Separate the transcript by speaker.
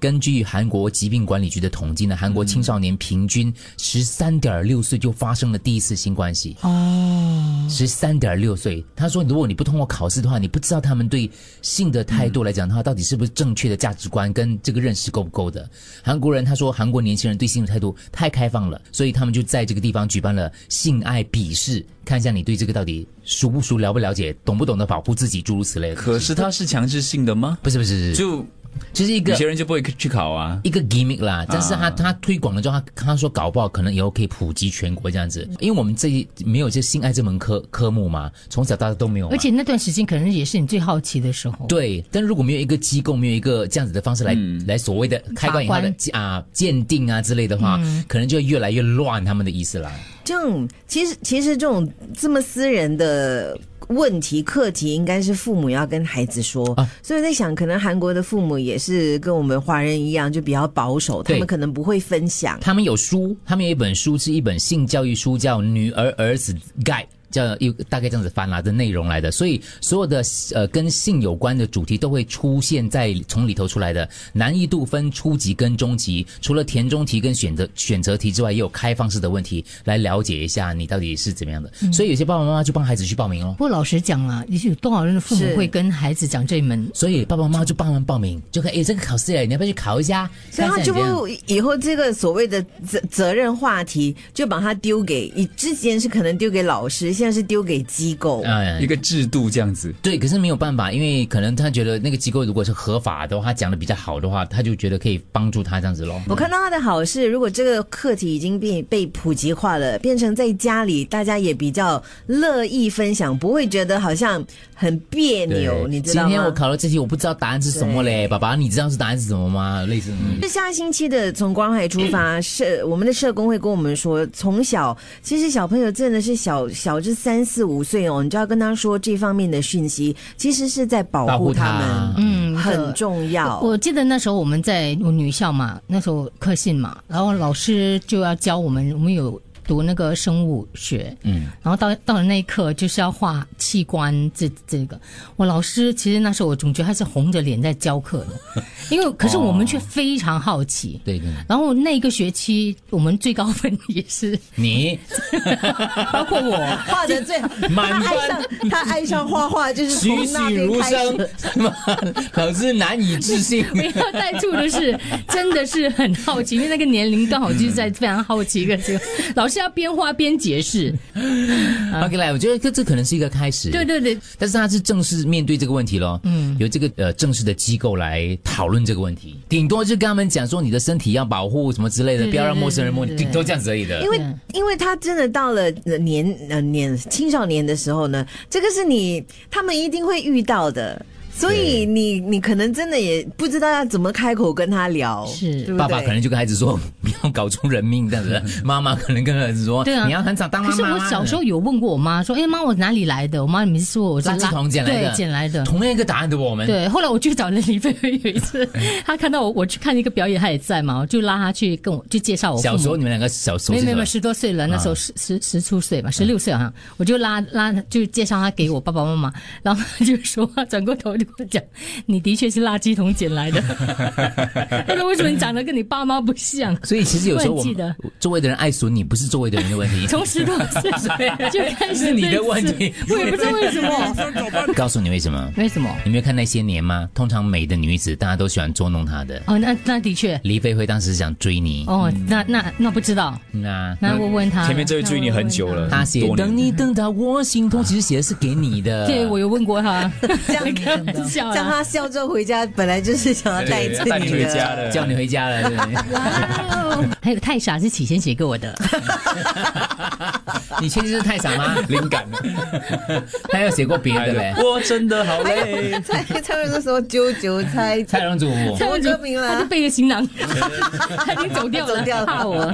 Speaker 1: 根据韩国疾病管理局的统计呢，韩国青少年平均十三点六岁就发生了第一次性关系。
Speaker 2: 哦，
Speaker 1: 十三点六岁，他说，如果你不通过考试的话，你不知道他们对性的态度来讲的话，到底是不是正确的价值观跟这个认识够不够的。韩国人他说，韩国年轻人对性的态度太开放了，所以他们就在这个地方举办了性爱笔试，看一下你对这个到底熟不熟、了不了解、懂不懂得保护自己，诸如此类的。
Speaker 3: 可是它是强制性的吗？
Speaker 1: 不是不是，就
Speaker 3: 就
Speaker 1: 就是一
Speaker 3: 有
Speaker 1: 个
Speaker 3: 些人就不会去考啊。
Speaker 1: 一个 gimmick 啦，但是
Speaker 2: 啊
Speaker 1: 他、他推广了之后，他他说搞不好可能以后可以普及全国这样子，因为我们这一没有这性爱这门科科目嘛，从小到大都没有嘛，
Speaker 2: 而且那段时间可能也是你最好奇的时候。，
Speaker 1: 对，但如果没有一个机构，没有一个这样子的方式来、
Speaker 2: 嗯
Speaker 1: 来所谓的开关以后
Speaker 2: 把
Speaker 1: 的
Speaker 2: 关
Speaker 1: 啊鉴定啊之类的话，
Speaker 2: 嗯
Speaker 1: 可能就越来越乱他们的意思啦。
Speaker 4: 这种其实其实这种这么私人的问题课题，应该是父母要跟孩子说。
Speaker 1: 啊
Speaker 4: 所以我在想，可能韩国的父母也是跟我们华人一样，就比较保守，他
Speaker 1: 对
Speaker 4: 们可能不会分享。
Speaker 1: 他们有书，他们有一本书是一本性教育书，叫《女儿儿子 Guide》。叫一大概这样子翻啦的内容来的，所以所有的呃跟性有关的主题都会出现在从里头出来的，难易度分初级跟中级，除了填中题跟选择选择题之外，也有开放式的问题来了解一下你到底是怎么样的，
Speaker 4: 嗯
Speaker 1: 所以有些爸爸妈妈就帮孩子去报名哦
Speaker 2: 不。过老实讲啊，也许有多少人的父
Speaker 4: 是
Speaker 2: 母会跟孩子讲这一门？
Speaker 1: 所以爸爸妈妈就帮忙报名，就看诶这个考试诶，你要不要去考一下？
Speaker 4: 所以他
Speaker 1: 看一下
Speaker 4: 就
Speaker 1: 你怎样
Speaker 4: 会以后这个所谓的责责任话题，就把它丢给以之前是可能丢给老师，现在是丢给机构。
Speaker 1: 嗯
Speaker 3: 一个制度这样子，
Speaker 1: 对，可是没有办法，因为可能他觉得那个机构如果是合法的话，他讲的比较好的话，他就觉得可以帮助他这样子咯。
Speaker 4: 我看到他的好是，如果这个课题已经被被普及化了，变成在家里大家也比较乐意分享，不会觉得好像很别扭，你知道吗？
Speaker 1: 今天我考了这题，我不知道答案是什么嘞，
Speaker 4: 对
Speaker 1: 爸爸，你知道是答案是什么吗？类似，嗯
Speaker 4: 这下星期的从关怀出发，社我们的社工会跟我们说，从小其实小朋友真的是小小至三四五岁哦，你就要跟他说这方面的讯息，其实是在保
Speaker 1: 保
Speaker 4: 护
Speaker 1: 护
Speaker 4: 他
Speaker 1: 他
Speaker 4: 们，，
Speaker 2: 嗯，
Speaker 4: 很重要。
Speaker 2: 我记得那时候我们在女校嘛，那时候科信嘛，然后老师就要教我们，我们有读那个生物学，
Speaker 1: 嗯，
Speaker 2: 然后到到了那一刻就是要画器官这这个。我老师其实那时候我总觉得他是红着脸在教课的，因为可是我们却非常好奇。
Speaker 1: 对对，
Speaker 2: 然后那个学期，我们最高分也是
Speaker 1: 你
Speaker 2: 包括我，
Speaker 4: 画的最好，
Speaker 1: 满
Speaker 4: 他爱
Speaker 1: 分
Speaker 4: 上他爱上画画，就是
Speaker 1: 栩
Speaker 4: 从那
Speaker 1: 栩
Speaker 4: 边
Speaker 1: 如
Speaker 4: 开
Speaker 1: 生
Speaker 4: 始。，
Speaker 1: 老师难以置 信。
Speaker 2: 不要带住的是，真的是很好奇，因为那个年龄刚好就是在非常好奇一个这个，老师要边画边解释。
Speaker 1: OK，来，我觉得这这可能是一个开始。
Speaker 2: 对对对，
Speaker 1: 但是他是正式面对这个问题咯，嗯，由这个呃正式的机构来讨论这个问题，顶多就跟他们讲说你的身体要保护什么之类的，
Speaker 2: 对
Speaker 1: 不要让陌生人摸你，
Speaker 2: 对对对
Speaker 1: 顶多这样子而已的
Speaker 4: 因。为
Speaker 2: 对，
Speaker 4: 因为他真的到了呃年呃年青少年的时候呢，这个是你他们一定会遇到的，所以
Speaker 1: 对
Speaker 4: 你你可能真的也不知道要怎么开口跟他聊，
Speaker 2: 是
Speaker 4: 对不对
Speaker 1: 爸爸可能就跟孩子说 不要搞出人命这样 子，妈妈可能跟孩子说
Speaker 2: 对啊
Speaker 1: 你要很早当妈
Speaker 2: 可
Speaker 1: 妈。
Speaker 2: 是我小时候有问过我妈说：“哎妈，我哪里来的？”我妈每次说我是
Speaker 1: 垃圾桶捡来的，嗯
Speaker 2: 对捡来的。
Speaker 1: 同样一个答案的我们。
Speaker 2: 对，后来我去找了李飞飞，有一次她看到我，我去看一个表演，她也在嘛，我就拉她去跟我就介绍我父母
Speaker 1: 小时候你们两个小时候是
Speaker 2: 没有没
Speaker 1: 什
Speaker 2: 有没
Speaker 1: 么
Speaker 2: 有？十多岁了，那
Speaker 1: 啊
Speaker 2: 时候十十十出岁嘛，十六岁好像，我就拉拉就介绍他给我爸爸妈妈，然后他就说转过头就跟我讲，你的确是垃圾桶捡 来的。他说为什么你长得跟你爸妈不像？
Speaker 1: 所以其实有时候我
Speaker 2: 我很。
Speaker 1: 们周围的人爱损你，不是周围的人的问题
Speaker 2: 从十多岁就开始
Speaker 1: 是你的
Speaker 2: 被刺
Speaker 1: 问题
Speaker 2: 我也不知道为什么，
Speaker 1: 告诉你为什么？
Speaker 2: 为什么？
Speaker 1: 你没有看那些年吗？通常美的女子大家都喜欢捉弄她的。
Speaker 2: 哦，那那的确，
Speaker 1: 黎飞辉当时想追你，
Speaker 2: 哦，那那那不知道，
Speaker 1: 那
Speaker 2: 那我问他，
Speaker 3: 前面这位追你很久了，
Speaker 1: 啊他写
Speaker 3: 多年
Speaker 1: 等你等到我心痛，其实写的是给你的。
Speaker 2: 对我有问过他，
Speaker 4: 这样
Speaker 2: 开玩笑啊
Speaker 4: 让
Speaker 2: 啦。
Speaker 4: 他笑之后回家，本来就是想要带
Speaker 3: 对
Speaker 4: 着
Speaker 3: 带你
Speaker 4: 你
Speaker 3: 回
Speaker 4: 的。
Speaker 3: 家的，
Speaker 1: 叫你回家了，对不 对
Speaker 2: 还有太傻是启贤写给我的，
Speaker 1: 你确定是太傻吗？
Speaker 3: 灵感了。，
Speaker 1: 他有写过别的嘞
Speaker 3: 哎我真的好累。
Speaker 4: 蔡蔡文那时候揪韭菜，
Speaker 1: 蔡荣祖。
Speaker 2: 蔡文
Speaker 4: 歌名 啦
Speaker 2: 他就背着行囊，他已经走掉了，
Speaker 4: 走掉了
Speaker 2: 怕我。